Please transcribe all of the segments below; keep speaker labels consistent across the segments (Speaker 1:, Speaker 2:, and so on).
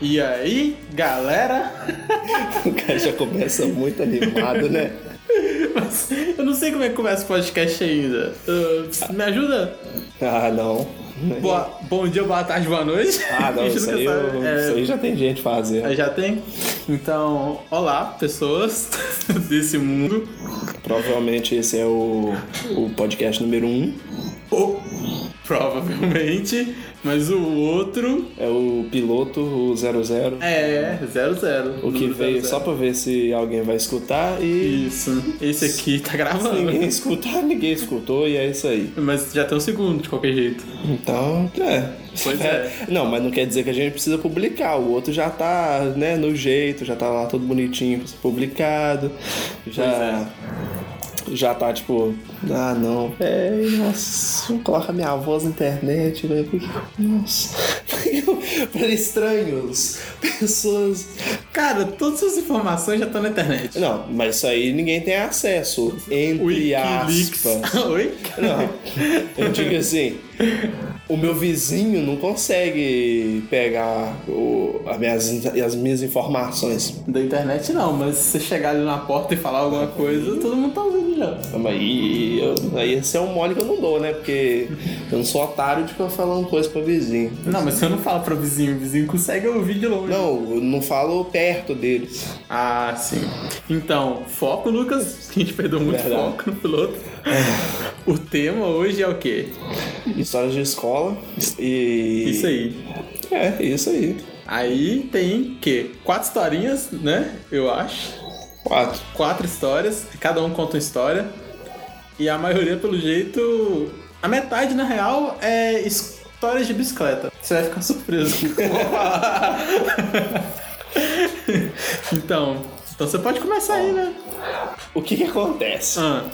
Speaker 1: E aí, galera?
Speaker 2: O cara já começa muito animado, né?
Speaker 1: Mas eu não sei como é que começa o podcast ainda. Ah, me ajuda?
Speaker 2: Ah, não.
Speaker 1: Boa- bom dia, boa tarde, boa noite.
Speaker 2: Ah, não,
Speaker 1: A gente
Speaker 2: isso
Speaker 1: nunca
Speaker 2: aí, eu-
Speaker 1: sabe. É,
Speaker 2: isso aí já tem gente fazendo.
Speaker 1: aí já tem? Então, olá, pessoas desse mundo.
Speaker 2: Provavelmente esse é o, o podcast número um.
Speaker 1: Ou, provavelmente, mas o outro
Speaker 2: É o piloto, o 00.
Speaker 1: é 00.
Speaker 2: O que
Speaker 1: número
Speaker 2: veio
Speaker 1: 00.
Speaker 2: só pra ver se alguém vai escutar e
Speaker 1: Isso. Esse aqui tá
Speaker 2: se
Speaker 1: gravando.
Speaker 2: ninguém escutar, ninguém escutou e é isso aí.
Speaker 1: Mas já tem um segundo, de qualquer jeito.
Speaker 2: Então, é.
Speaker 1: Pois é.
Speaker 2: Não, mas não quer dizer que a gente precisa publicar. O outro já tá, né, no jeito, já tá lá todo bonitinho pra ser publicado. Já.
Speaker 1: é.
Speaker 2: Já tá tipo, ah não, é, nossa, coloca minha voz na internet, né? Porque- Nossa, para estranhos, pessoas.
Speaker 1: Cara, todas as informações já estão na internet.
Speaker 2: Não, mas isso aí ninguém tem acesso. Entre aspas.
Speaker 1: Oi?
Speaker 2: Não, eu digo assim, o meu vizinho não consegue pegar o- as, minhas, as minhas informações.
Speaker 1: Da internet não, mas se você chegar ali na porta e falar alguma coisa, todo mundo tá ouvindo já.
Speaker 2: Mas Aí, eu- aí esse é um mole que eu não dou, né? Porque eu não sou otário de ficar falando coisa pra vizinho.
Speaker 1: Não, mas você não fala pro vizinho, o vizinho consegue ouvir de longe.
Speaker 2: Não, eu não falo perto deles.
Speaker 1: Ah, sim. Então, foco, Lucas. A gente perdeu muito
Speaker 2: Verdade.
Speaker 1: foco no piloto. o tema hoje é o quê?
Speaker 2: Histórias de escola e.
Speaker 1: Isso aí.
Speaker 2: É, isso aí.
Speaker 1: Aí tem que quatro historinhas, né? Eu acho.
Speaker 2: Quatro.
Speaker 1: Quatro histórias, cada um conta uma história. E a maioria, pelo jeito, a metade na real é histórias de bicicleta. Você vai ficar surpreso. com o que eu vou falar. então, então você pode começar aí, né?
Speaker 2: O que que acontece?
Speaker 1: Ah,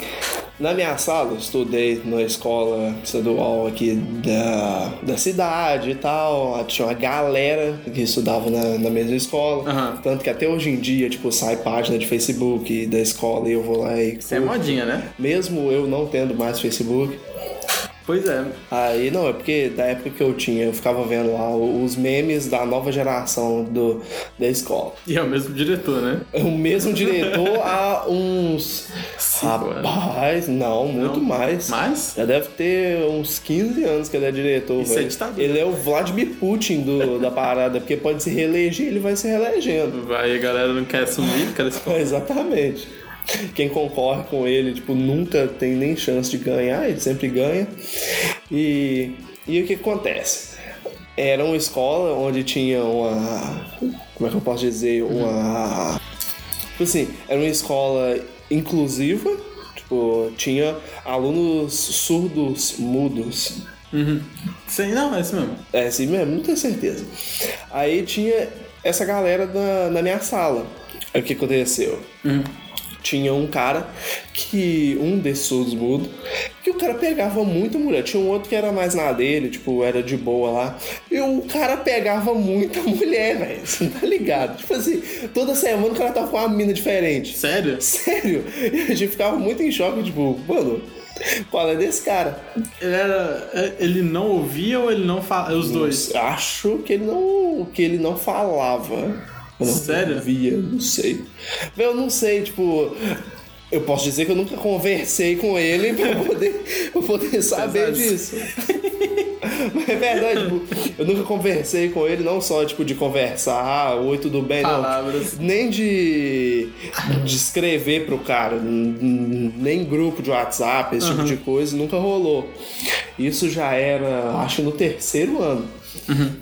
Speaker 2: Na minha sala, eu estudei na escola estadual aqui da, da cidade e tal. Tinha uma galera que estudava na, na mesma escola.
Speaker 1: Aham.
Speaker 2: Tanto que até hoje em dia, tipo, sai página de Facebook da escola e eu vou lá e.
Speaker 1: isso é modinha, né?
Speaker 2: Mesmo eu não tendo mais Facebook.
Speaker 1: Pois é.
Speaker 2: Aí não, é porque da época que eu tinha, eu ficava vendo lá os memes da nova geração do, da escola.
Speaker 1: E é o mesmo diretor, né?
Speaker 2: É O mesmo diretor há uns.
Speaker 1: Cinco anos.
Speaker 2: Rapaz, não, Ah, muito
Speaker 1: Não,
Speaker 2: mais.
Speaker 1: Mas,
Speaker 2: Já deve ter uns 15 anos que ele é diretor,
Speaker 1: Isso é
Speaker 2: velho.
Speaker 1: ditadura.
Speaker 2: ele é o Vladimir Putin do- da parada, porque pode se reeleger, ele vai se reelegendo.
Speaker 1: vai, a galera não quer sumir, quer se...
Speaker 2: Exatamente. Quem concorre com ele, tipo, nunca tem nem chance de ganhar, ele sempre ganha. E, e o que acontece? Era uma escola onde tinha uma. Como é que eu posso dizer? Uma. Tipo assim, era uma escola inclusiva, tipo, tinha alunos surdos, mudos,
Speaker 1: Uhum. Sim, não, é isso mesmo.
Speaker 2: é assim mesmo, não tenho certeza. Aí tinha essa galera da, na minha sala. Aí o que aconteceu?
Speaker 1: Uhum.
Speaker 2: Tinha um cara que. Um desses surdos mudo, que o cara pegava muita mulher. Tinha um outro que era mais na dele, tipo, era de boa lá. E o cara pegava muita mulher, velho. Você não tá ligado? Tipo assim, toda semana o cara tava com uma mina diferente.
Speaker 1: Sério?
Speaker 2: Sério? E a gente ficava muito em choque, tipo, mano, qual é desse cara?
Speaker 1: Ele era. Ele não ouvia ou ele não falava? Os dois.
Speaker 2: Acho que ele não, que ele não falava. Eu não
Speaker 1: Sério?
Speaker 2: Via, não sei. Eu não sei, tipo. Eu posso dizer que eu nunca conversei com ele pra poder, pra poder
Speaker 1: Pesado.
Speaker 2: saber disso. Mas é verdade, tipo, eu nunca conversei com ele, não só tipo de conversar, "Ah, oi, tudo bem,
Speaker 1: Palavras.
Speaker 2: não. Nem de, de escrever pro cara, n- n- nem grupo de WhatsApp, esse tipo de coisa, nunca rolou. Isso já era, acho, no terceiro ano.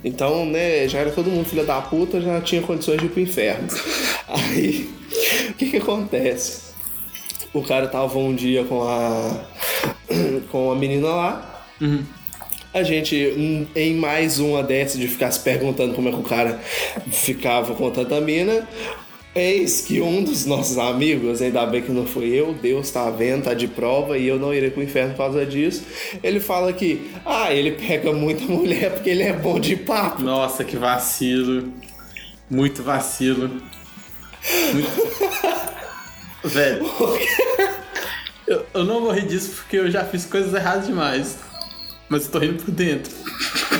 Speaker 2: Então, né, já era todo mundo filha da puta, já tinha condições de ir pro inferno. Aí, o que que acontece? O cara tava um dia com a. com a menina lá.
Speaker 1: Uhum.
Speaker 2: A gente, hum, em mais uma dessa de ficar se perguntando como é que o cara ficava com tanta mina. Eis que um dos nossos amigos, ainda bem que não fui eu, Deus tá vendo, tá de prova e eu não irei pro inferno por causa disso. Ele fala que, ah, ele pega muita mulher porque ele é bom de papo.
Speaker 1: Nossa, que vacilo. Muito vacilo. Muito- Velho. Eu, eu não vou rir disso porque eu já fiz coisas erradas demais. Mas eu tô rindo por dentro.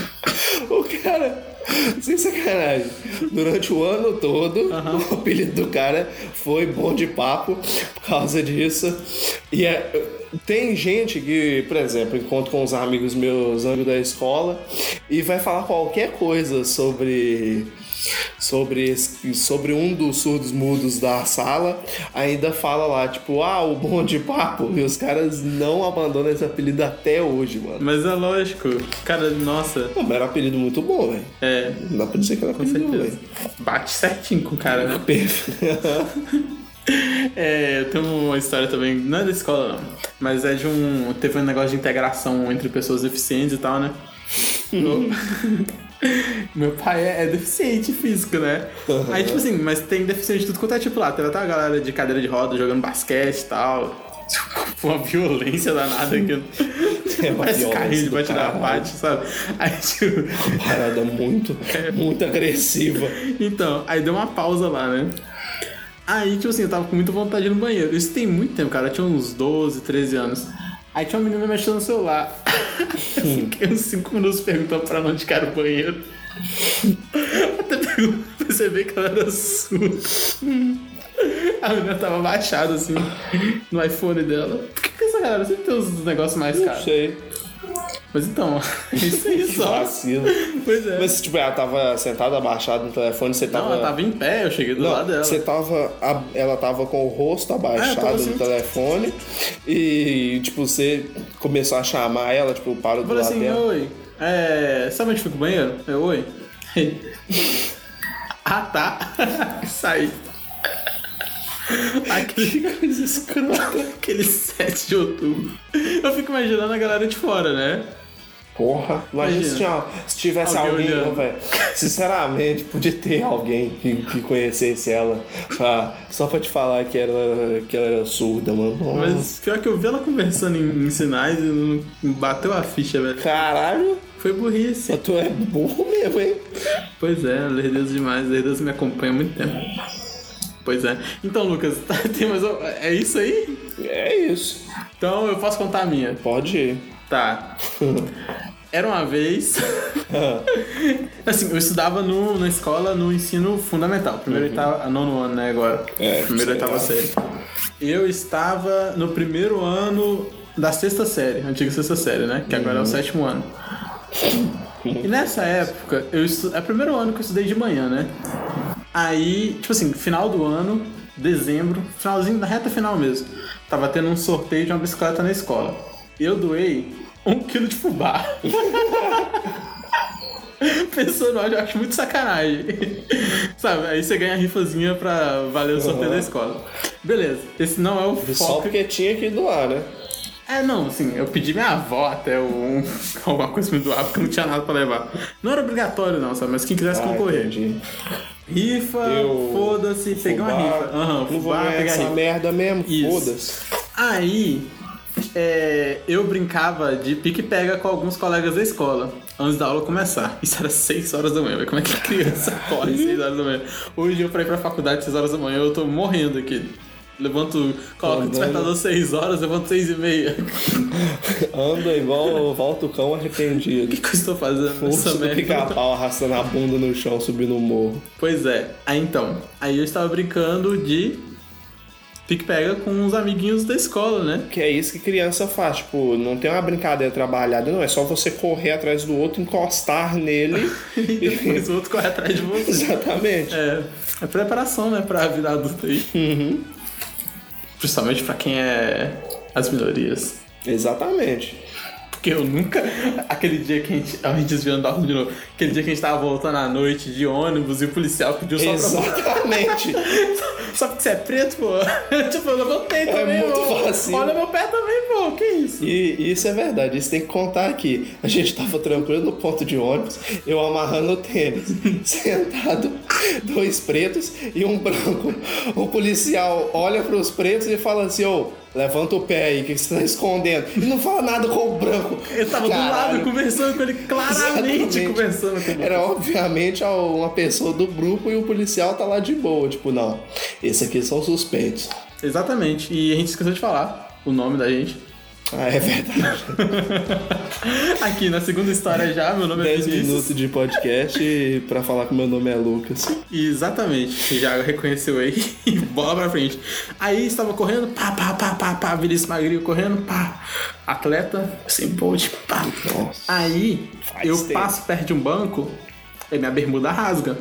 Speaker 2: O cara, sem sacanagem, durante o ano todo, o apelido do cara foi bom de papo por causa disso. E é- tem gente que, por exemplo, encontro com os amigos meus, amigos da escola, e vai falar qualquer coisa sobre. Sobre, esse- sobre um dos surdos mudos da sala, ainda fala lá, tipo, ah, o bom de papo. E os caras não abandonam esse apelido até hoje, mano.
Speaker 1: Mas é lógico. Cara, nossa.
Speaker 2: Pô, mas era um apelido muito bom, velho.
Speaker 1: É,
Speaker 2: Não dá pra dizer que era
Speaker 1: com
Speaker 2: apelido,
Speaker 1: certeza.
Speaker 2: velho.
Speaker 1: Bate certinho com o cara, né? É, eu tenho uma história também, não é da escola não, mas é de um. Teve um negócio de integração entre pessoas deficientes e tal, né?
Speaker 2: Uhum.
Speaker 1: Eu- Meu pai é, é deficiente físico, né?
Speaker 2: Uhum.
Speaker 1: Aí, tipo assim, mas tem deficiente de tudo quanto é tipo lá. Teve até a galera de cadeira de roda jogando basquete e tal. Uma violência danada aqui.
Speaker 2: É uma
Speaker 1: Parece carrinho de batida
Speaker 2: violência do
Speaker 1: da
Speaker 2: caralho.
Speaker 1: parte, sabe? Aí, tipo,
Speaker 2: Parada muito, muito agressiva.
Speaker 1: então, aí deu uma pausa lá, né? Aí, tipo assim, eu tava com muita vontade de ir no banheiro. Isso tem muito tempo, cara. Eu tinha uns 12, 13 anos. Aí tinha uma menina mexendo no celular. Eu fiquei uns 5 minutos perguntando pra ela onde que era o banheiro. Até pergun- perceber que ela era surda. A menina tava baixada, assim, no iPhone dela. Por que, que essa galera sempre tem uns negócios mais
Speaker 2: Não
Speaker 1: caros?
Speaker 2: sei.
Speaker 1: Mas então, isso aí só.
Speaker 2: Vacilo.
Speaker 1: Pois é.
Speaker 2: Mas tipo, ela tava sentada, abaixada no telefone, você
Speaker 1: Não,
Speaker 2: tava.
Speaker 1: ela tava em pé, eu cheguei do
Speaker 2: Não,
Speaker 1: lado dela.
Speaker 2: você tava. a- Ela tava com o rosto abaixado
Speaker 1: tava assim.
Speaker 2: no telefone. E, tipo, você começou a chamar ela, tipo, parou do
Speaker 1: Eu falei
Speaker 2: lado
Speaker 1: assim,
Speaker 2: dela.
Speaker 1: oi, é, sabe onde fica o banheiro? Eu, oi. ah, tá. Saí. Aquele,
Speaker 2: Coisa escrota.
Speaker 1: aquele 7 de outubro. Eu fico imaginando a galera de fora, né?
Speaker 2: Porra, imagina,
Speaker 1: Imagina.
Speaker 2: se, tinha- se tivesse
Speaker 1: Alguém
Speaker 2: alguém,
Speaker 1: olhando.
Speaker 2: né, velho. Sinceramente, podia ter alguém que, que conhecesse ela. pra- só pra te falar que ela, que ela era surda, mano. Nossa.
Speaker 1: Mas pior que eu vi ela conversando em, em sinais e não bateu a ficha, velho.
Speaker 2: Caralho,
Speaker 1: Foi burrice.
Speaker 2: tu é burro mesmo, hein?
Speaker 1: Pois é, Lerdeus demais. Lerdeus me acompanha há muito tempo. Pois é. Então, Lucas, tá, tem mais um- é isso aí?
Speaker 2: É isso.
Speaker 1: Então eu posso contar a minha.
Speaker 2: Pode ir.
Speaker 1: Tá. Era uma vez.
Speaker 2: Ah,
Speaker 1: assim, eu estudava no, na escola no ensino fundamental. Primeiro oitava. ah, Nono ano, né, agora.
Speaker 2: É,
Speaker 1: primeiro
Speaker 2: sei
Speaker 1: oitava
Speaker 2: lá.
Speaker 1: série. Eu estava no primeiro ano da sexta série, antiga sexta série, né? Que agora é o sétimo ano. E nessa época, eu estu... é o primeiro ano que eu estudei de manhã, né? Aí, tipo assim, final do ano, dezembro, finalzinho da reta final mesmo. Tava tendo um sorteio de uma bicicleta na escola. Eu doei um quilo de fubá. Pensando, olha, eu acho muito sacanagem. Sabe, aí você ganha a rifazinha pra valer o sorteio
Speaker 2: Uhum.
Speaker 1: da escola. Beleza, esse não é o foco.
Speaker 2: Só porque tinha que doar, né?
Speaker 1: É, não, assim, eu pedi minha avó até um, alguma coisa me doar, porque eu não tinha nada pra levar. Não era obrigatório, não, sabe? Mas quem quisesse
Speaker 2: Ah,
Speaker 1: concorrer.
Speaker 2: entendi.
Speaker 1: Rifa,
Speaker 2: Eu-
Speaker 1: foda-se, peguei uma
Speaker 2: Fubá.
Speaker 1: rifa. Aham,
Speaker 2: Não vou
Speaker 1: fubá,
Speaker 2: ganhar
Speaker 1: peguei a
Speaker 2: essa
Speaker 1: rifa.
Speaker 2: merda mesmo,
Speaker 1: Isso.
Speaker 2: foda-se.
Speaker 1: Aí, é, eu brincava de pique-pega com alguns colegas da escola, antes da aula começar. Isso era 6 horas da manhã, velho. como é que criança corre 6 horas da manhã? Hoje eu pra ir pra faculdade 6 horas da manhã, eu tô morrendo aqui. Levanto, coloco o
Speaker 2: Andando.
Speaker 1: despertador 6 horas, levanto 6 e meia.
Speaker 2: Anda igual volta o cão
Speaker 1: O
Speaker 2: arrependido.
Speaker 1: que, que eu estou fazendo nessa
Speaker 2: Urso do
Speaker 1: merda?
Speaker 2: pica-pau arrastando a bunda no chão, subindo o morro.
Speaker 1: Pois é, aí então, aí eu estava brincando de pique-pega com uns amiguinhos da escola, né?
Speaker 2: Que é isso que criança faz, tipo, não tem uma brincadeira trabalhada, não. É só você correr atrás do outro, encostar nele.
Speaker 1: E depois o outro corre atrás de você.
Speaker 2: Exatamente.
Speaker 1: É, é preparação, né, pra vida adulta aí. Uhum. Principalmente pra quem é as minorias.
Speaker 2: Exatamente.
Speaker 1: Porque eu nunca. Aquele dia que a gente. A gente desviando da aula de novo. Aquele dia que a gente tava voltando à noite de ônibus e o policial pediu só pra.
Speaker 2: Exatamente.
Speaker 1: Só porque você é preto, pô. tipo, eu levantei também,
Speaker 2: muito
Speaker 1: pô.
Speaker 2: vacilo.
Speaker 1: Olha meu pé também, pô. Que isso?
Speaker 2: E isso é verdade, isso tem que contar aqui. A gente tava tranquilo no ponto de ônibus, eu amarrando o tênis, sentado, dois pretos e um branco. O policial olha pros pretos e fala assim: ô, levanta o pé aí, o que que você tá escondendo? E não fala nada com o branco.
Speaker 1: Eu tava do lado
Speaker 2: Caralho.
Speaker 1: conversando com ele, claramente
Speaker 2: Exatamente.
Speaker 1: conversando com ele.
Speaker 2: Era obviamente uma pessoa do grupo e o policial tá lá de boa. Tipo, não, esses aqui são suspeitos.
Speaker 1: Exatamente. E a gente esqueceu de falar o nome da gente.
Speaker 2: Ah, é verdade.
Speaker 1: Aqui na segunda história já, meu nome
Speaker 2: 10
Speaker 1: é Vinícius.
Speaker 2: minutos de podcast e pra falar que meu nome é Lucas.
Speaker 1: Exatamente, já reconheceu aí e bola pra frente. Aí estava correndo, pá, pá, pá, pá, pá, Vinícius Magrinho correndo, pá, atleta, sem bolt, pá.
Speaker 2: Nossa.
Speaker 1: Aí
Speaker 2: Faz
Speaker 1: eu
Speaker 2: tempo.
Speaker 1: passo perto de um banco e minha bermuda rasga,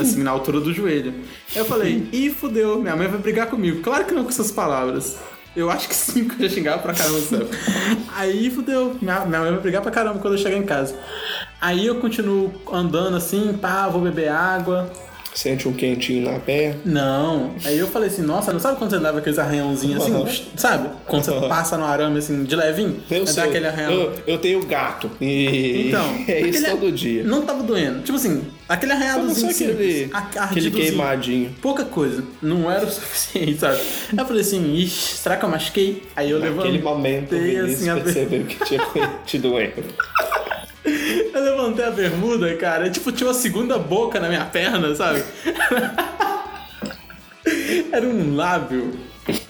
Speaker 1: assim, na altura do joelho. Eu falei, ih, fudeu, minha mãe vai brigar comigo. Claro que não com essas palavras. Eu acho que sim, que eu já xingava pra caramba no céu. Aí fudeu, minha, minha mãe vai brigar pra caramba quando eu chegar em casa. Aí eu continuo andando assim, pá, vou beber água.
Speaker 2: Sente um quentinho na perna.
Speaker 1: Não. Aí eu falei assim, nossa, não sabe quando você dava aqueles arranhãozinhos assim?
Speaker 2: Aham.
Speaker 1: Sabe? Quando você
Speaker 2: Aham.
Speaker 1: passa no arame assim, de levinho?
Speaker 2: Eu
Speaker 1: Aí dá
Speaker 2: sei.
Speaker 1: aquele arranhão.
Speaker 2: Eu, eu tenho gato. E
Speaker 1: Então,
Speaker 2: é isso
Speaker 1: aquele-
Speaker 2: todo dia.
Speaker 1: Não tava doendo. Tipo assim, aquele
Speaker 2: Como assim só
Speaker 1: arranhadozinho
Speaker 2: aquele,
Speaker 1: simples, a-
Speaker 2: aquele
Speaker 1: ardidozinho.
Speaker 2: queimadinho.
Speaker 1: Pouca coisa. Não era o suficiente, sabe? Aí eu falei assim, ixi, será que eu machuquei? Aí eu
Speaker 2: Naquele momento, o
Speaker 1: levantei
Speaker 2: Vinícius
Speaker 1: assim a bermuda.
Speaker 2: percebeu que tinha te doendo.
Speaker 1: Eu levantei a bermuda, cara. e, Tipo, tinha uma segunda boca na minha perna, sabe? Era um lábio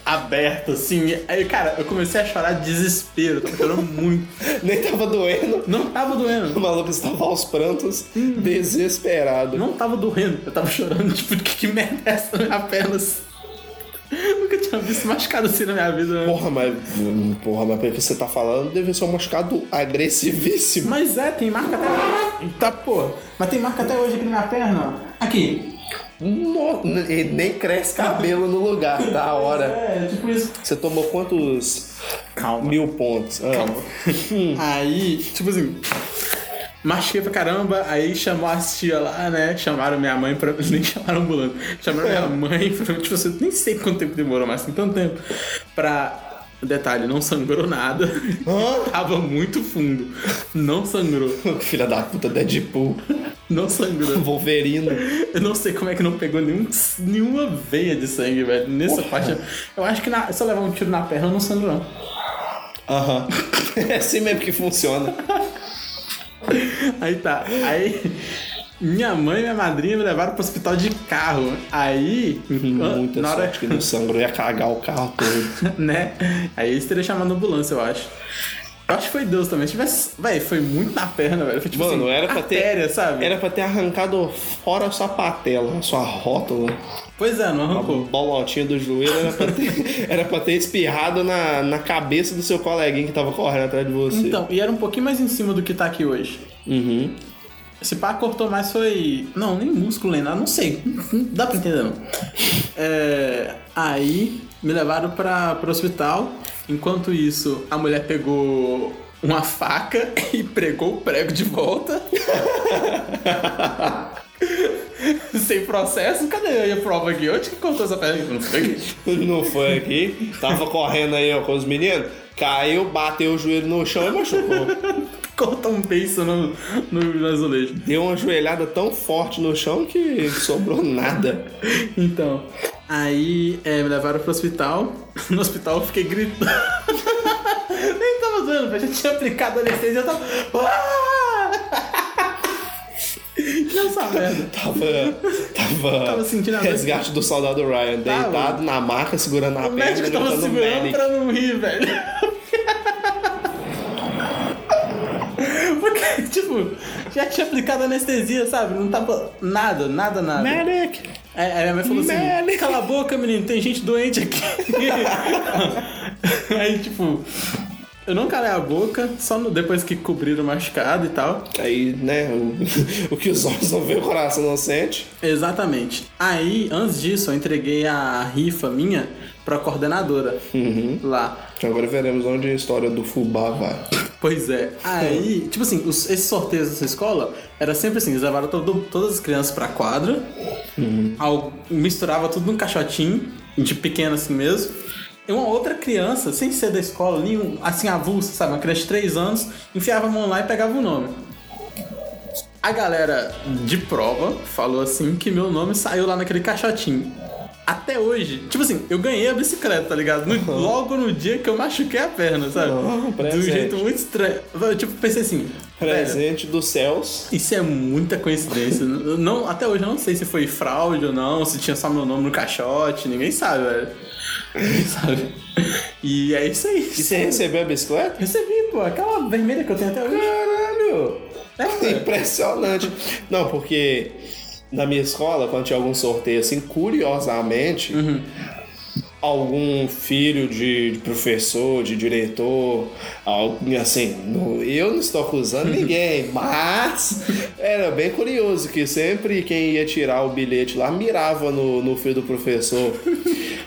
Speaker 1: aberto, assim. Aí, cara, eu comecei a chorar de desespero. Tava chorando muito.
Speaker 2: Nem tava doendo.
Speaker 1: Não tava doendo.
Speaker 2: O maluco estava aos prantos,
Speaker 1: Uhum.
Speaker 2: desesperado.
Speaker 1: Não tava doendo, eu tava chorando, tipo, que, que merda é essa na minha perna? assim? Nunca tinha visto machucado assim na minha vida. né?
Speaker 2: Porra, mas. Porra, mas pelo que você tá falando, deve ser um machucado agressivíssimo.
Speaker 1: Mas é, tem marca até. Tá, pô. Mas tem marca até hoje aqui na minha perna, ó. Aqui.
Speaker 2: No- e nem cresce cabelo no lugar, da hora.
Speaker 1: É, tipo isso.
Speaker 2: Você tomou quantos
Speaker 1: Calma.
Speaker 2: mil pontos? Ah,
Speaker 1: Calma. aí, tipo assim. Machuquei pra caramba, aí chamou as tia lá, né? Chamaram minha mãe pra. Nem chamaram ambulante. Chamaram minha mãe pra. Tipo assim, nem sei quanto tempo demorou, mas tem tanto tempo. Pra. Detalhe, não sangrou nada.
Speaker 2: Hã?
Speaker 1: Tava muito fundo. Não sangrou.
Speaker 2: Filha da puta, Deadpool,
Speaker 1: Não sangrou.
Speaker 2: Wolverino.
Speaker 1: Eu não sei como é que não pegou nenhum, nenhuma veia de sangue, velho. Nessa parte. Eu acho que na, se eu levar um tiro na perna, eu não sangro, não.
Speaker 2: Aham. É assim mesmo que funciona.
Speaker 1: Aí tá. Aí. Minha mãe e minha madrinha me levaram pro hospital de carro. Aí.
Speaker 2: Uhum, Muita
Speaker 1: na hora,
Speaker 2: sorte que não sangrou, ia cagar o carro todo.
Speaker 1: né? Aí eles teriam chamado a ambulância, eu acho. Eu acho que foi Deus também. Se tivesse. Véi, foi muito na perna, velho. Foi tipo
Speaker 2: Mano,
Speaker 1: assim,
Speaker 2: era pra ter-
Speaker 1: artéria, sabe?
Speaker 2: Era pra ter arrancado fora a sua patela, a sua rótula.
Speaker 1: Pois é, não
Speaker 2: A
Speaker 1: arrancou.
Speaker 2: bolotinha do joelho era pra ter, era pra ter espirrado na, na cabeça do seu coleguinha que tava correndo atrás de você.
Speaker 1: Então, e era um pouquinho mais em cima do que tá aqui hoje.
Speaker 2: Uhum.
Speaker 1: Esse pá cortou mais foi. Não, nem músculo, nem nada, não sei. Não dá pra entender, não. É, Aí me levaram pra, pro hospital. Enquanto isso, a mulher pegou uma faca e pregou o prego de volta. Sem processo? Cadê a prova aqui? Onde que cortou essa perna? aqui? Não sei.
Speaker 2: Não foi aqui. Tava correndo aí ó, com os meninos. Caiu, bateu o joelho no chão e machucou.
Speaker 1: Cortou um beiço no, no, no azulejo.
Speaker 2: Deu uma joelhada tão forte no chão que sobrou nada.
Speaker 1: Então, aí é, me levaram pro hospital. No hospital eu fiquei gritando. Nem tava usando, eu já tinha aplicado a anestesia, eu tava. Ah! né? Nessa merda.
Speaker 2: Tava. Tava.
Speaker 1: Tava sentindo a dor.
Speaker 2: Resgate do soldado Ryan,
Speaker 1: Tava.
Speaker 2: deitado na maca, segurando a
Speaker 1: O
Speaker 2: perna.
Speaker 1: médico tava
Speaker 2: gritando
Speaker 1: segurando
Speaker 2: medic.
Speaker 1: pra não rir, velho. Porque, tipo, já tinha aplicado a anestesia, sabe? Não tava nada, nada, nada.
Speaker 2: Né? Medic!
Speaker 1: Aí aí minha mãe falou assim:
Speaker 2: Merda.
Speaker 1: Cala a boca, menino, tem gente doente aqui. aí, tipo, eu não calei a boca, só no- depois que cobriram o machucado e tal.
Speaker 2: Aí, né, o, o que os olhos não veem, o coração não sente.
Speaker 1: Exatamente. Aí, antes disso, eu entreguei a rifa minha pra coordenadora lá.
Speaker 2: Agora veremos onde a história do fubá vai.
Speaker 1: Pois é. Aí, tipo assim, os, esses sorteios dessa escola era sempre assim, eles levaram todo- todas as crianças pra quadra, al- misturava tudo num caixotinho, de pequeno assim mesmo. E uma outra criança, sem ser da escola, nenhum, assim, avulsa, sabe? Uma criança de 3 anos, enfiava a mão lá e pegava o nome. A galera de prova falou assim que meu nome saiu lá naquele caixotinho. Até hoje, tipo assim, eu ganhei a bicicleta, tá ligado? No- logo no dia que eu machuquei a perna, sabe?
Speaker 2: Não,
Speaker 1: De um
Speaker 2: Ah, presente.
Speaker 1: jeito muito estranho. Eu, tipo, pensei assim, velho,
Speaker 2: Presente dos céus.
Speaker 1: isso é muita coincidência. Eu não, até hoje eu não sei se foi fraude ou não, se tinha só meu nome no caixote, ninguém sabe, velho. sabe? E é isso aí.
Speaker 2: E você recebeu a bicicleta?
Speaker 1: Recebi, pô, aquela vermelha que eu tenho até hoje.
Speaker 2: Caralho!
Speaker 1: É, velho.
Speaker 2: Impressionante. Não, porque na minha escola, quando tinha algum sorteio assim, curiosamente,
Speaker 1: Uhum.
Speaker 2: algum filho de, de professor, de diretor, algum, assim, no- eu não estou acusando ninguém, mas era bem curioso que sempre quem ia tirar o bilhete lá mirava no, no filho do professor.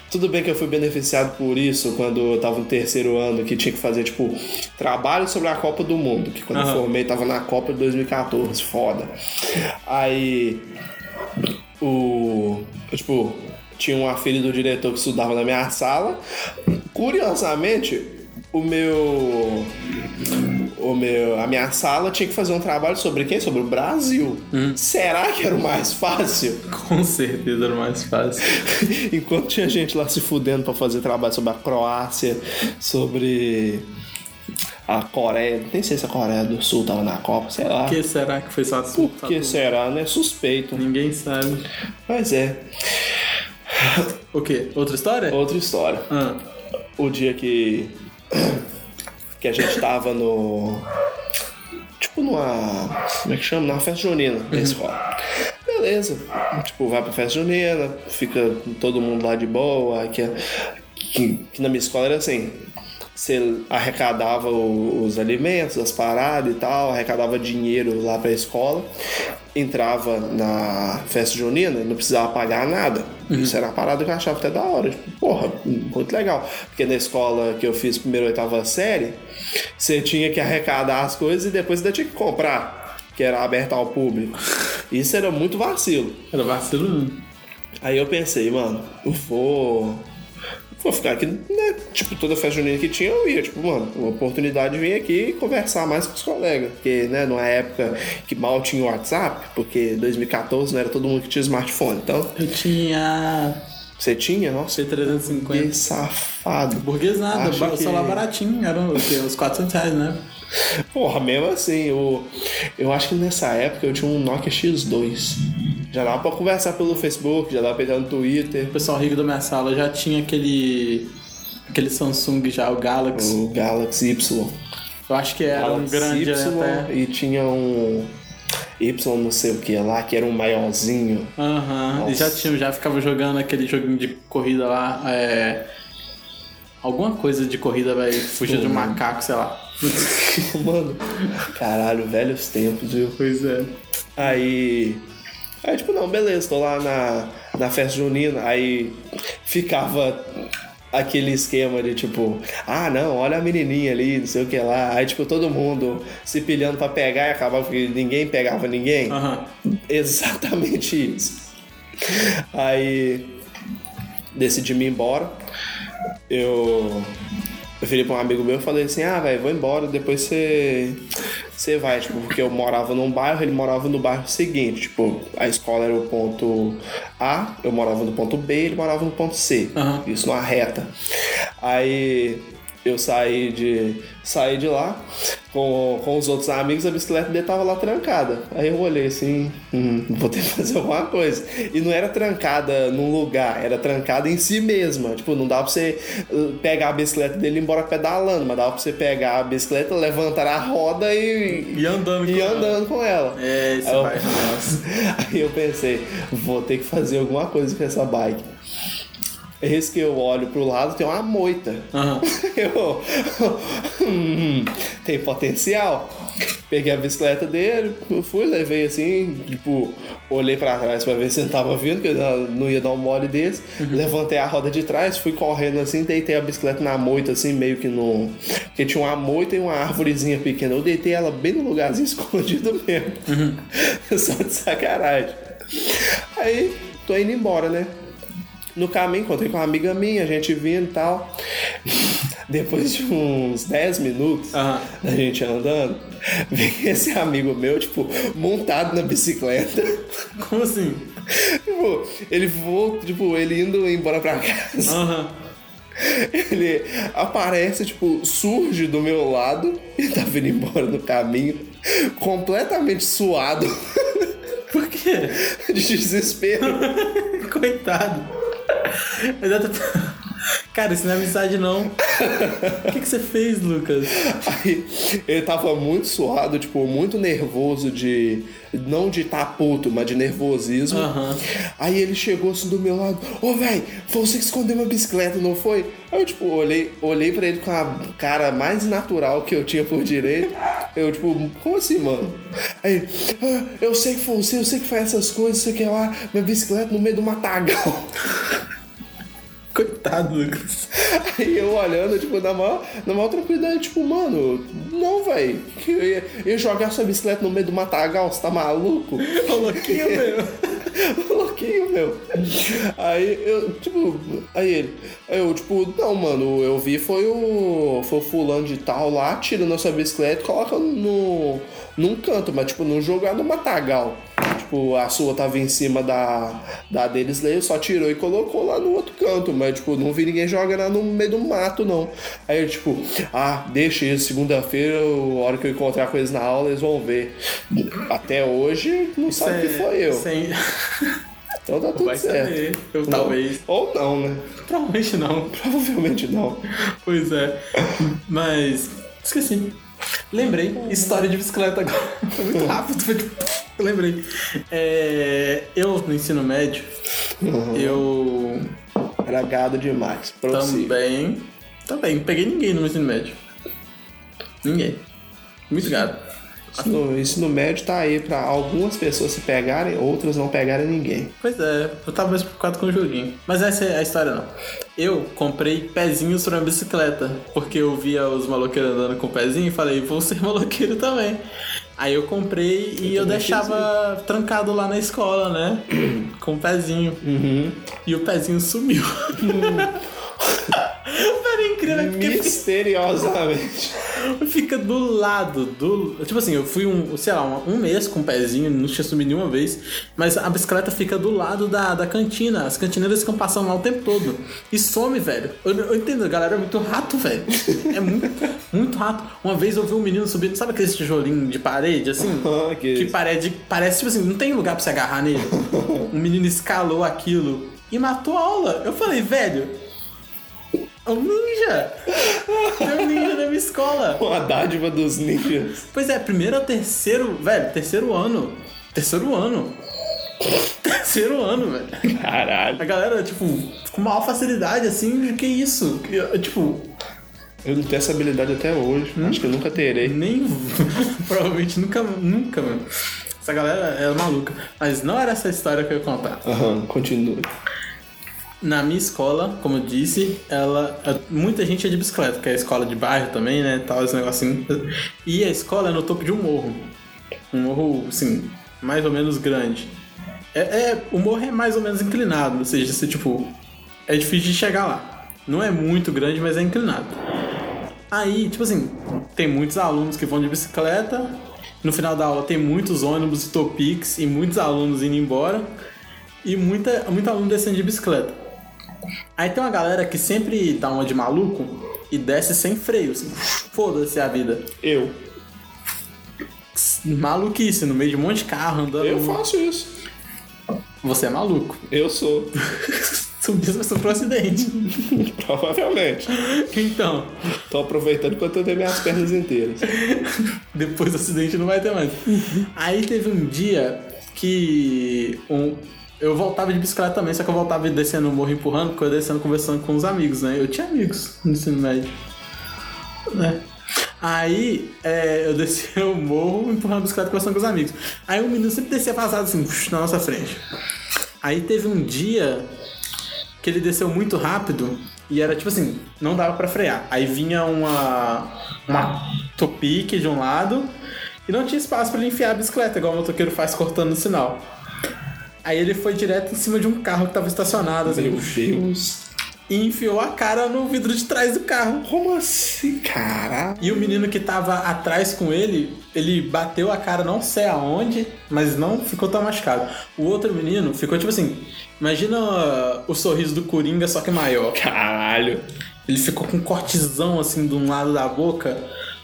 Speaker 2: Tudo bem que eu fui beneficiado por isso quando eu tava no terceiro ano, que tinha que fazer, tipo, trabalho sobre a Copa do Mundo, que quando
Speaker 1: Aham.
Speaker 2: eu formei tava na Copa de 2014, foda. Aí o. Tipo, tinha uma filha do diretor que estudava na minha sala. Curiosamente, o meu. O meu, a minha sala tinha que fazer um trabalho sobre quem? Sobre o Brasil. Será que era o mais fácil?
Speaker 1: Com certeza era mais fácil.
Speaker 2: Enquanto tinha gente lá se fudendo pra fazer trabalho sobre a Croácia, sobre a Coreia. Nem sei se a Coreia do Sul tava na Copa, sei lá.
Speaker 1: Por que será que foi só
Speaker 2: Por
Speaker 1: assunto?
Speaker 2: que será, né? Suspeito.
Speaker 1: Ninguém sabe.
Speaker 2: Mas é,
Speaker 1: O quê? Outra história?
Speaker 2: outra história.
Speaker 1: Ah,
Speaker 2: o dia que que a gente tava no tipo numa como é que chama? Numa festa junina da escola. Beleza. Tipo, vai pra festa junina, fica todo mundo lá de boa, que, é, que, que na minha escola era assim, você arrecadava o- os alimentos, as paradas e tal, arrecadava dinheiro lá pra escola, entrava na festa junina e não precisava pagar nada. Isso era uma parada que eu achava até da hora. Tipo, porra, muito legal. Porque na escola que eu fiz primeira e oitava série, você tinha que arrecadar as coisas e depois ainda tinha que comprar, que era aberta ao público. Isso era muito vacilo.
Speaker 1: era vacilo? né?
Speaker 2: Aí eu pensei, mano, eu vou. Vou ficar aqui, né? Tipo, toda festa junina que tinha, eu ia. Tipo, mano, uma oportunidade de vir aqui e conversar mais com os colegas. Porque, né, numa época que mal tinha o WhatsApp, porque 2014 não era todo mundo que tinha smartphone. Então,
Speaker 1: Eu tinha
Speaker 2: você tinha, nossa, que
Speaker 1: P350.
Speaker 2: safado.
Speaker 1: Burguês nada,
Speaker 2: Acho
Speaker 1: ba-
Speaker 2: que-
Speaker 1: celular baratinho, era o quê? uns 400 reais, né?
Speaker 2: Porra, mesmo assim, eu, eu acho que nessa época eu tinha um Nokia X2. Já dava pra conversar pelo Facebook, já dava pra entrar no Twitter.
Speaker 1: O pessoal rico da minha sala já tinha aquele. aquele Samsung já, o Galaxy.
Speaker 2: O Galaxy Y.
Speaker 1: Eu acho que era um
Speaker 2: Galaxy
Speaker 1: grande
Speaker 2: é Y
Speaker 1: até.
Speaker 2: e tinha um Y não sei o que lá, que era um maiorzinho.
Speaker 1: Aham. E
Speaker 2: Nossa.
Speaker 1: já tinha, já ficava jogando aquele joguinho de corrida lá. É... Alguma coisa de corrida, velho. Fugia de um macaco, sei lá.
Speaker 2: Mano, caralho, velhos tempos, viu?
Speaker 1: Pois é.
Speaker 2: Aí. Aí, tipo, não, beleza, tô lá na, na festa junina. Aí ficava aquele esquema de tipo, ah não, olha a menininha ali, não sei o que lá. Aí, tipo, todo mundo se pilhando pra pegar e acabava que ninguém pegava ninguém.
Speaker 1: Aham.
Speaker 2: Exatamente isso. Aí decidi me ir embora. Eu, eu falei pra um amigo meu, eu falei assim, ah, velho, vou embora, depois você você vai, tipo, porque eu morava num bairro, ele morava no bairro seguinte, tipo, a escola era o ponto A, eu morava no ponto B, ele morava no ponto C.
Speaker 1: Aham.
Speaker 2: Isso numa reta. Aí eu saí de saí de lá com, com os outros amigos, a bicicleta dele tava lá trancada. Aí eu olhei assim, hum, vou ter que fazer alguma coisa. E não era trancada num lugar, era trancada em si mesma. Tipo, não dava pra você uh, pegar a bicicleta dele e ir embora pedalando, mas dava pra você pegar a bicicleta, levantar a roda e,
Speaker 1: E andando
Speaker 2: e
Speaker 1: com ela.
Speaker 2: andando com ela.
Speaker 1: É, esse
Speaker 2: Aí eu-
Speaker 1: vai. Nossa.
Speaker 2: Aí eu pensei, vou ter que fazer alguma coisa com essa bike. Esse que eu olho pro lado tem uma moita.
Speaker 1: Aham.
Speaker 2: Eu, hum, tem potencial. Peguei a bicicleta dele, fui, levei assim, tipo, olhei pra trás pra ver se ele tava vindo, que eu não- não ia dar um mole desse. Levantei a roda de trás, fui correndo assim, deitei a bicicleta na moita, assim, meio que no. Porque tinha uma moita e uma árvorezinha pequena. Eu deitei ela bem no lugarzinho escondido mesmo. Só de sacanagem. Aí, tô indo embora, né? No caminho, encontrei com uma amiga minha, a gente vindo e tal. Depois de uns 10 minutos
Speaker 1: Aham.
Speaker 2: da gente andando, vem esse amigo meu, tipo, montado na bicicleta.
Speaker 1: Como assim?
Speaker 2: Tipo, ele voou, tipo, ele indo embora pra casa.
Speaker 1: Aham.
Speaker 2: Ele aparece, tipo, surge do meu lado e tá vindo embora no caminho, completamente suado
Speaker 1: Por quê?
Speaker 2: de desespero.
Speaker 1: Coitado. Ele deve ter- Cara, isso não é amizade, não. O que, que você fez, Lucas?
Speaker 2: Aí ele tava muito suado, tipo, muito nervoso de. Não de tá puto, mas de nervosismo.
Speaker 1: Aham.
Speaker 2: Aí ele chegou assim do meu lado, ô véi, foi você que escondeu minha bicicleta, não foi? Aí eu, tipo, olhei, olhei pra ele com a cara mais natural que eu tinha por direito. Eu, tipo, como assim, mano? Aí, ele, "Ah, eu sei que foi você, eu sei que faz essas coisas, sei que lá, minha bicicleta no meio do matagal.
Speaker 1: Coitado, Lucas.
Speaker 2: Aí eu olhando, tipo, na maior, na maior tranquilidade, tipo, mano, não, velho. Eu ia, ia jogar sua bicicleta no meio do matagal, você tá maluco? é
Speaker 1: Coloquinho, meu.
Speaker 2: Louquinho, meu. Aí eu, tipo, aí ele, aí eu, tipo, não, mano, eu vi foi o, foi o fulano de tal lá, tirando a sua bicicleta e coloca no, num canto, mas, tipo, não jogar no matagal. Tipo, a sua tava em cima da, da deles, daí só tirou e colocou lá no outro canto, mas, tipo, não vi ninguém jogar lá no meio do mato, não. Aí eu, tipo, ah, deixa isso, segunda-feira, a hora que eu encontrar com eles na aula, eles vão ver. Até hoje, não sabe Ah,
Speaker 1: é
Speaker 2: que foi eu.
Speaker 1: Sem...
Speaker 2: Então tá tudo
Speaker 1: Vai
Speaker 2: certo.
Speaker 1: saber. Eu
Speaker 2: Não.
Speaker 1: talvez.
Speaker 2: Ou não, né?
Speaker 1: Provavelmente não.
Speaker 2: Provavelmente não.
Speaker 1: Pois é. Mas. Esqueci. Lembrei. História de bicicleta agora. Foi muito rápido. Foi tipo. Lembrei. É, eu, no ensino médio, eu
Speaker 2: Era gado demais. Prossiga.
Speaker 1: também. Também. Peguei ninguém no meu ensino médio. Ninguém. Muito gado.
Speaker 2: Isso no, isso no médio tá aí pra algumas pessoas se pegarem, outras não pegarem ninguém.
Speaker 1: Pois é, eu tava mais preocupado com o joguinho. Mas essa é a história não. Eu comprei pezinhos pra minha bicicleta, porque eu via os maloqueiros andando com pezinho e falei, vou ser maloqueiro também. Aí eu comprei e eu
Speaker 2: também
Speaker 1: deixava trancado lá na escola, né? com o pezinho. E o pezinho sumiu. Uhum. Era incrível, né? porque
Speaker 2: Misteriosamente.
Speaker 1: Fica do lado do. Tipo assim, eu fui um, sei lá, um, um mês com o pezinho, não tinha sumido nenhuma vez, mas a bicicleta fica do lado da, da cantina. As cantineiras ficam passando lá o tempo todo. E some, velho. Eu, eu entendo, a galera é muito rato, velho. É muito, muito rato. Uma vez eu vi um menino subindo, sabe aquele tijolinho de parede, assim?
Speaker 2: Ah, que
Speaker 1: Que
Speaker 2: isso.
Speaker 1: parede, parece, tipo assim, não tem lugar pra se agarrar nele. Um menino escalou aquilo e matou a aula. Eu falei, velho, é um ninja! Tem um ninja na minha escola!
Speaker 2: Uma dádiva dos ninjas.
Speaker 1: Pois é, primeiro ao terceiro, velho, terceiro ano. Terceiro ano. Terceiro ano, velho. A
Speaker 2: Caralho.
Speaker 1: galera, tipo, com maior facilidade, assim, de que isso? Que, eu, Tipo,
Speaker 2: Eu não tenho essa habilidade até hoje. Acho que eu nunca terei.
Speaker 1: nem. provavelmente nunca, nunca, mano. Essa galera é maluca. Mas não era essa história que eu ia contar.
Speaker 2: Aham, continua.
Speaker 1: Na minha escola, como eu disse, ela muita gente é de bicicleta, porque é escola de bairro também, né, tal esse negocinho. E a escola é no topo de um morro. Um morro, assim, mais ou menos grande. É, é- o morro é mais ou menos inclinado, ou seja, você, tipo, é difícil de chegar lá. Não é muito grande, mas é inclinado. Aí, tipo assim, tem muitos alunos que vão de bicicleta. No final da aula tem muitos ônibus e topics e muitos alunos indo embora. E muita, muito aluno descendo de bicicleta. Aí tem uma galera que sempre dá uma de maluco e desce sem freio. Assim, Foda-se a vida.
Speaker 2: Eu.
Speaker 1: Maluquice, no meio de um monte de carro andando.
Speaker 2: Eu faço isso.
Speaker 1: Você é maluco.
Speaker 2: Eu sou.
Speaker 1: Subir pessoa pro um acidente.
Speaker 2: Provavelmente.
Speaker 1: Então,
Speaker 2: Tô aproveitando enquanto eu tenho minhas pernas inteiras.
Speaker 1: depois do acidente não vai ter mais. Aí teve um dia que um, eu voltava de bicicleta também, só que eu voltava descendo o morro empurrando, porque eu ia descendo conversando com os amigos, né? Eu tinha amigos no ensino médio. Né? Aí é, eu desci o morro empurrando a bicicleta conversando com os amigos. Aí o menino sempre descia vazado assim, na nossa frente. Aí teve um dia que ele desceu muito rápido e era tipo assim, não dava pra frear. Aí vinha uma uma topique de um lado e não tinha espaço pra ele enfiar a bicicleta, igual o motoqueiro faz cortando o sinal. Aí ele foi direto em cima de um carro que tava estacionado
Speaker 2: Meu
Speaker 1: assim,
Speaker 2: Deus.
Speaker 1: e enfiou a cara no vidro de trás do carro.
Speaker 2: Como assim, caralho?
Speaker 1: E o menino que tava atrás com ele, ele bateu a cara não sei aonde, mas não ficou tão machucado. O outro menino ficou tipo assim, imagina ah, o sorriso do Coringa, só que maior.
Speaker 2: Caralho.
Speaker 1: Ele ficou com um cortezão assim de um lado da boca,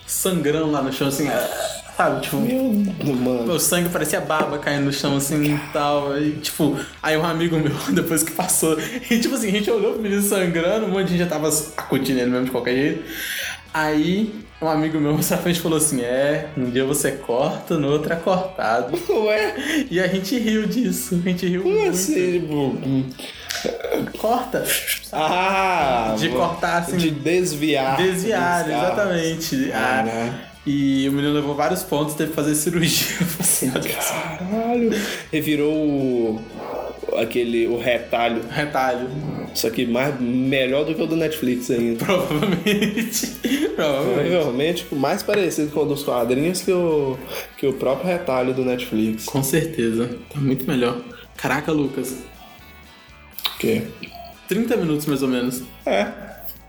Speaker 1: sangrando lá no chão, assim. ah. Sabe, tipo,
Speaker 2: Meu, mano.
Speaker 1: o sangue parecia baba caindo no chão assim e tal. E tipo, aí um amigo meu, depois que passou, e tipo assim, a gente olhou pro menino sangrando, um monte de gente já tava acudindo ele mesmo de qualquer jeito. Aí um amigo meu mais pra frente falou assim: é, um dia você corta, no outro é cortado.
Speaker 2: Como é?
Speaker 1: E a gente riu disso, a gente riu
Speaker 2: Como
Speaker 1: muito.
Speaker 2: assim? Tipo,
Speaker 1: Corta.
Speaker 2: ah!
Speaker 1: De
Speaker 2: mano.
Speaker 1: cortar, assim.
Speaker 2: De desviar.
Speaker 1: Desviar,
Speaker 2: Desviar. né? É,
Speaker 1: exatamente. Ah,
Speaker 2: Caralho.
Speaker 1: e o menino levou vários pontos, teve que fazer cirurgia. Assim,
Speaker 2: Caralho. Revirou o. Aquele. O retalho.
Speaker 1: retalho.
Speaker 2: Só que mais, melhor do que o do Netflix ainda.
Speaker 1: Provavelmente. Provavelmente.
Speaker 2: Provavelmente mais parecido com o dos quadrinhos que o, que o próprio retalho do Netflix.
Speaker 1: Com certeza. Tá muito melhor. Caraca, Lucas.
Speaker 2: Que?
Speaker 1: 30 minutos mais ou menos.
Speaker 2: É.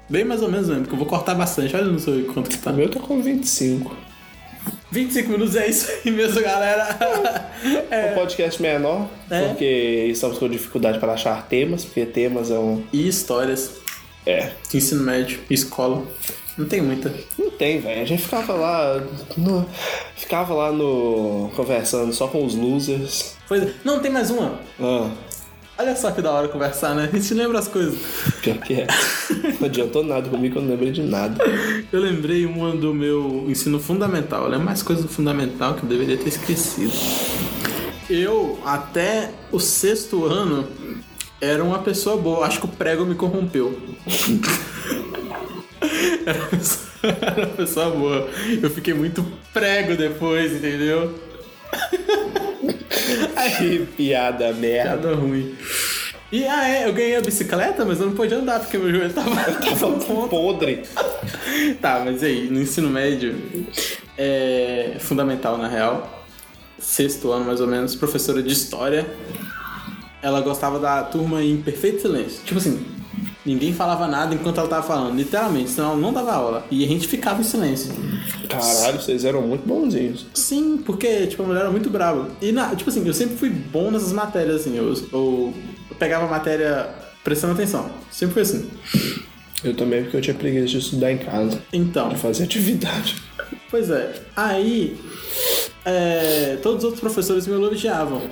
Speaker 1: Bem mais ou menos mesmo, porque eu vou cortar bastante. Olha no seu quanto que tá.
Speaker 2: O meu tá com 25.
Speaker 1: 25 minutos é isso aí mesmo, galera.
Speaker 2: É um podcast menor,
Speaker 1: É.
Speaker 2: porque estamos com dificuldade para achar temas, porque temas é um.
Speaker 1: E histórias.
Speaker 2: É.
Speaker 1: Ensino médio, escola. Não tem muita.
Speaker 2: Não tem, velho. A gente ficava lá. no- ficava lá no. conversando só com os losers.
Speaker 1: Pois é. Não, tem mais uma.
Speaker 2: Ah,
Speaker 1: Olha só que da hora conversar, né? A gente lembra as coisas.
Speaker 2: pior que é. Não adiantou nada comigo, eu não lembrei de nada.
Speaker 1: Eu lembrei uma do meu ensino fundamental. Eu lembro mais coisas do fundamental que eu deveria ter esquecido. Eu, até o sexto ano, era uma pessoa boa. Acho que o prego me corrompeu. era, uma pessoa, era uma pessoa boa. Eu fiquei muito prego depois, entendeu?
Speaker 2: Que piada merda.
Speaker 1: Nada ruim. E ah, é, eu ganhei a bicicleta, mas eu não podia andar porque meu joelho tava, tava ponto.
Speaker 2: Podre.
Speaker 1: Tá, mas e aí, no ensino médio, é fundamental na real, sexto ano mais ou menos, professora de história, ela gostava da turma em perfeito silêncio. Tipo assim, ninguém falava nada enquanto ela tava falando, literalmente, senão ela não dava aula. E a gente ficava em silêncio.
Speaker 2: Caralho, vocês eram muito bonzinhos.
Speaker 1: Sim, porque, tipo, a mulher era muito brava. E, na, tipo assim, eu sempre fui bom nessas matérias, assim, eu, eu pegava a matéria prestando atenção. Sempre foi assim.
Speaker 2: Eu também, porque eu tinha preguiça de estudar em casa,
Speaker 1: Então,
Speaker 2: de fazer atividade.
Speaker 1: Pois é. Aí, é, todos os outros professores me elogiavam.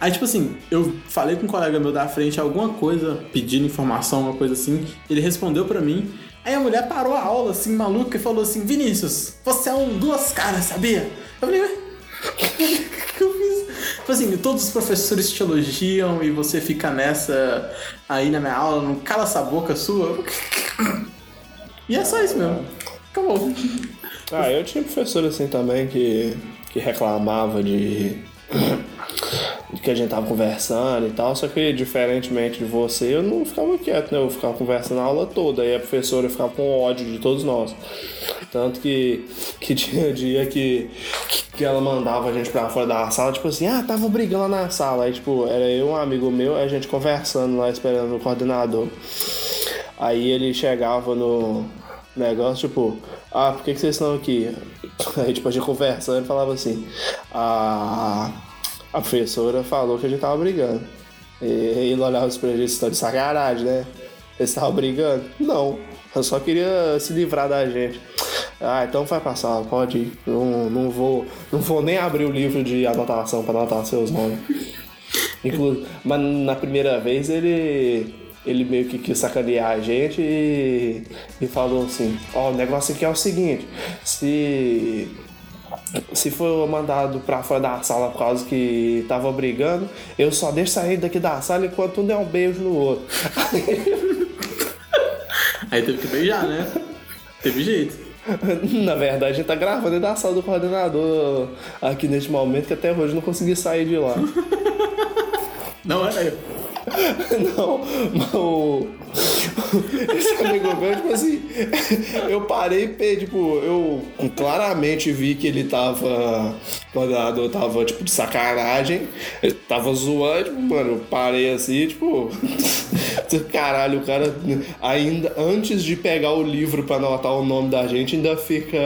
Speaker 1: Aí, tipo assim, eu falei com um colega meu da frente alguma coisa, pedindo informação, uma coisa assim. Ele respondeu pra mim. Aí a mulher parou a aula, assim, maluca, e falou assim: Vinícius, você é um duas caras, sabia? Eu falei, ué. O que eu fiz? Tipo assim, todos os professores te elogiam e você fica nessa aí na minha aula, não cala essa boca sua. E é só isso mesmo. Acabou.
Speaker 2: Ah, eu tinha professor assim também que, que reclamava de. de que a gente tava conversando e tal, só que diferentemente de você, eu não ficava quieto, né? Eu ficava conversando a aula toda, e a professora ficava com ódio de todos nós. Tanto que, que tinha dia que, que, que ela mandava a gente pra fora da sala, tipo assim, ah, tava brigando lá na sala. Aí, tipo, era eu, um amigo meu, a gente conversando lá, esperando o coordenador. Aí ele chegava no negócio, tipo, ah, por que, que vocês estão aqui? Aí, tipo, a gente conversando e falava assim, a, a professora falou que a gente tava brigando. E ele olhava os prejuízos, estão de sacanagem, né? Vocês estavam brigando? Não, eu só queria se livrar da gente. Ah, então vai pra sala, pode ir. Não, não, vou, não vou nem abrir o livro de anotação pra anotar seus nomes. Inclu mas na primeira vez ele ele meio que quis sacanear a gente e, e falou assim: Ó, o negócio aqui é o seguinte, se. Se for mandado pra fora da sala por causa que tava brigando, eu só deixo sair daqui da sala enquanto um der um beijo no outro.
Speaker 1: Aí teve que beijar, né? teve jeito.
Speaker 2: Na verdade, a gente tá gravando dentro da sala do coordenador aqui neste momento, que até hoje eu não consegui sair de lá.
Speaker 1: Não era eu.
Speaker 2: Não, mas o. Esse amigo meu, tipo assim, eu parei e pe- tipo, eu claramente vi que ele tava. O coordenador tava, tipo, de sacanagem. Ele tava zoando, tipo, mano, eu parei assim, tipo. Caralho, o cara ainda antes de pegar o livro pra anotar o nome da gente, ainda fica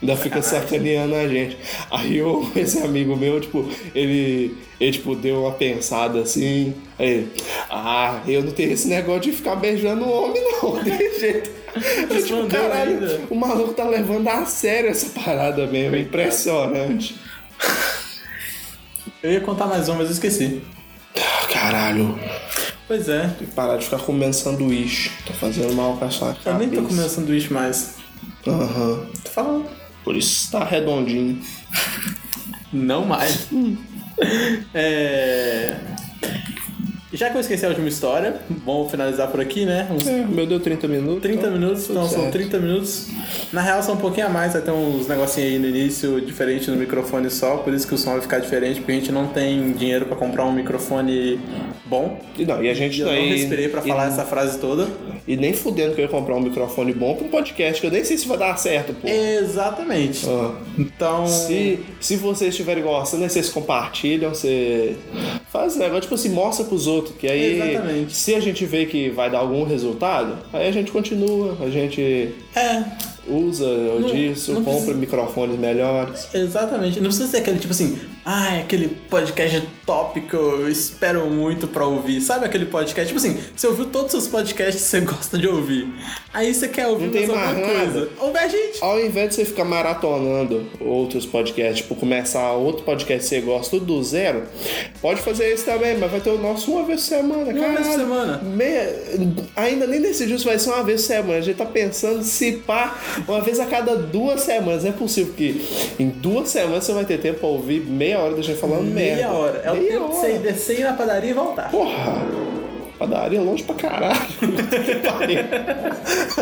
Speaker 2: ainda fica sacaneando a gente. Aí eu, esse amigo meu, tipo, ele ele tipo deu uma pensada assim, aí, ah, eu não tenho esse negócio de ficar beijando o homem não, tem jeito. Eu, tipo,
Speaker 1: Respondeu
Speaker 2: caralho,
Speaker 1: ainda.
Speaker 2: o maluco tá levando a sério essa parada mesmo, é impressionante.
Speaker 1: Eu ia contar mais um, mas eu esqueci.
Speaker 2: Ah, Caralho,
Speaker 1: Pois é,
Speaker 2: tem que parar de ficar comendo sanduíche. Tá fazendo mal pra sua cabeça.
Speaker 1: eu nem tô comendo sanduíche mais.
Speaker 2: Aham. Tá falando. Por isso tá redondinho.
Speaker 1: Não mais.
Speaker 2: Hum.
Speaker 1: É, Já que eu esqueci a última história, vamos finalizar por aqui, né? Uns
Speaker 2: É, o meu deu 30 minutos.
Speaker 1: 30
Speaker 2: então,
Speaker 1: minutos,
Speaker 2: tudo
Speaker 1: não, são
Speaker 2: certo.
Speaker 1: 30 minutos. Na real, são um pouquinho a mais, vai ter uns negocinhos aí no início, diferente no microfone só, por isso que o som vai ficar diferente, porque a gente não tem dinheiro pra comprar um microfone bom.
Speaker 2: E não, e a gente
Speaker 1: E eu
Speaker 2: tá
Speaker 1: não
Speaker 2: aí-
Speaker 1: respirei pra
Speaker 2: e-
Speaker 1: falar essa frase toda.
Speaker 2: E nem fudendo que eu ia comprar um microfone bom pra um podcast, que eu nem sei se vai dar certo, pô.
Speaker 1: É. Exatamente.
Speaker 2: Ah.
Speaker 1: Então.
Speaker 2: Se, se vocês estiverem gostando, aí vocês compartilham, você faz esse negócio, tipo assim, mostra pros outros. Que aí,
Speaker 1: Exatamente.
Speaker 2: se a gente vê que vai dar algum resultado, aí a gente continua, a gente
Speaker 1: É,
Speaker 2: usa disso,
Speaker 1: não
Speaker 2: compra
Speaker 1: precisa-
Speaker 2: microfones melhores.
Speaker 1: exatamente. Não precisa ser aquele tipo assim, ah, é aquele podcast top que eu espero muito pra ouvir. Sabe aquele podcast? Tipo assim, você ouviu todos os seus podcasts que você gosta de ouvir. Aí você quer ouvir
Speaker 2: Não tem
Speaker 1: mais alguma
Speaker 2: mais nada.
Speaker 1: coisa. Ouve a gente.
Speaker 2: Ao invés de você ficar maratonando outros podcasts, tipo começar outro podcast que você gosta tudo do zero, pode fazer esse também, mas vai ter o nosso uma vez por semana,
Speaker 1: Uma
Speaker 2: caralho.
Speaker 1: vez por semana.
Speaker 2: Meia- Ainda nem decidiu se vai ser uma vez por semana. A gente tá pensando se pá uma vez a cada duas semanas. É possível que em duas semanas você vai ter tempo pra ouvir meia hora da gente falando
Speaker 1: Meia
Speaker 2: merda.
Speaker 1: hora. É o
Speaker 2: Meia
Speaker 1: tempo de
Speaker 2: hora.
Speaker 1: você ir descer ir na padaria e voltar.
Speaker 2: Porra! Padaria é longe pra caralho. Que pariu.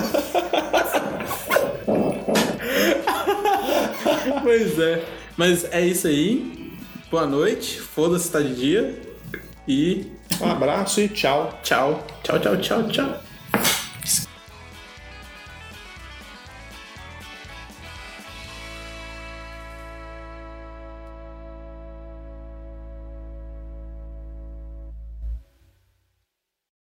Speaker 1: pois é. Mas é isso aí. Boa noite. Foda-se, tá de dia. E
Speaker 2: um abraço e tchau.
Speaker 1: tchau. Tchau, tchau, tchau, tchau.